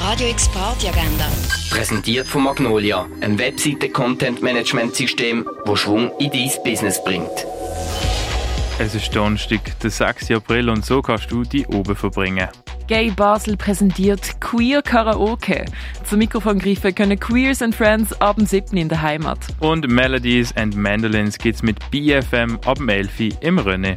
Radio X Party Agenda. Präsentiert von Magnolia, ein Webseite-Content-Management-System, wo Schwung in dein Business bringt. Es ist Donnerstag, der 6. April und so kannst du die oben verbringen. Gay Basel präsentiert Queer Karaoke. Zum Mikrofon greifen können Queers and Friends ab dem 7. in der Heimat. Und Melodies and Mandolins geht's mit BFM ab dem 11. im Rennen.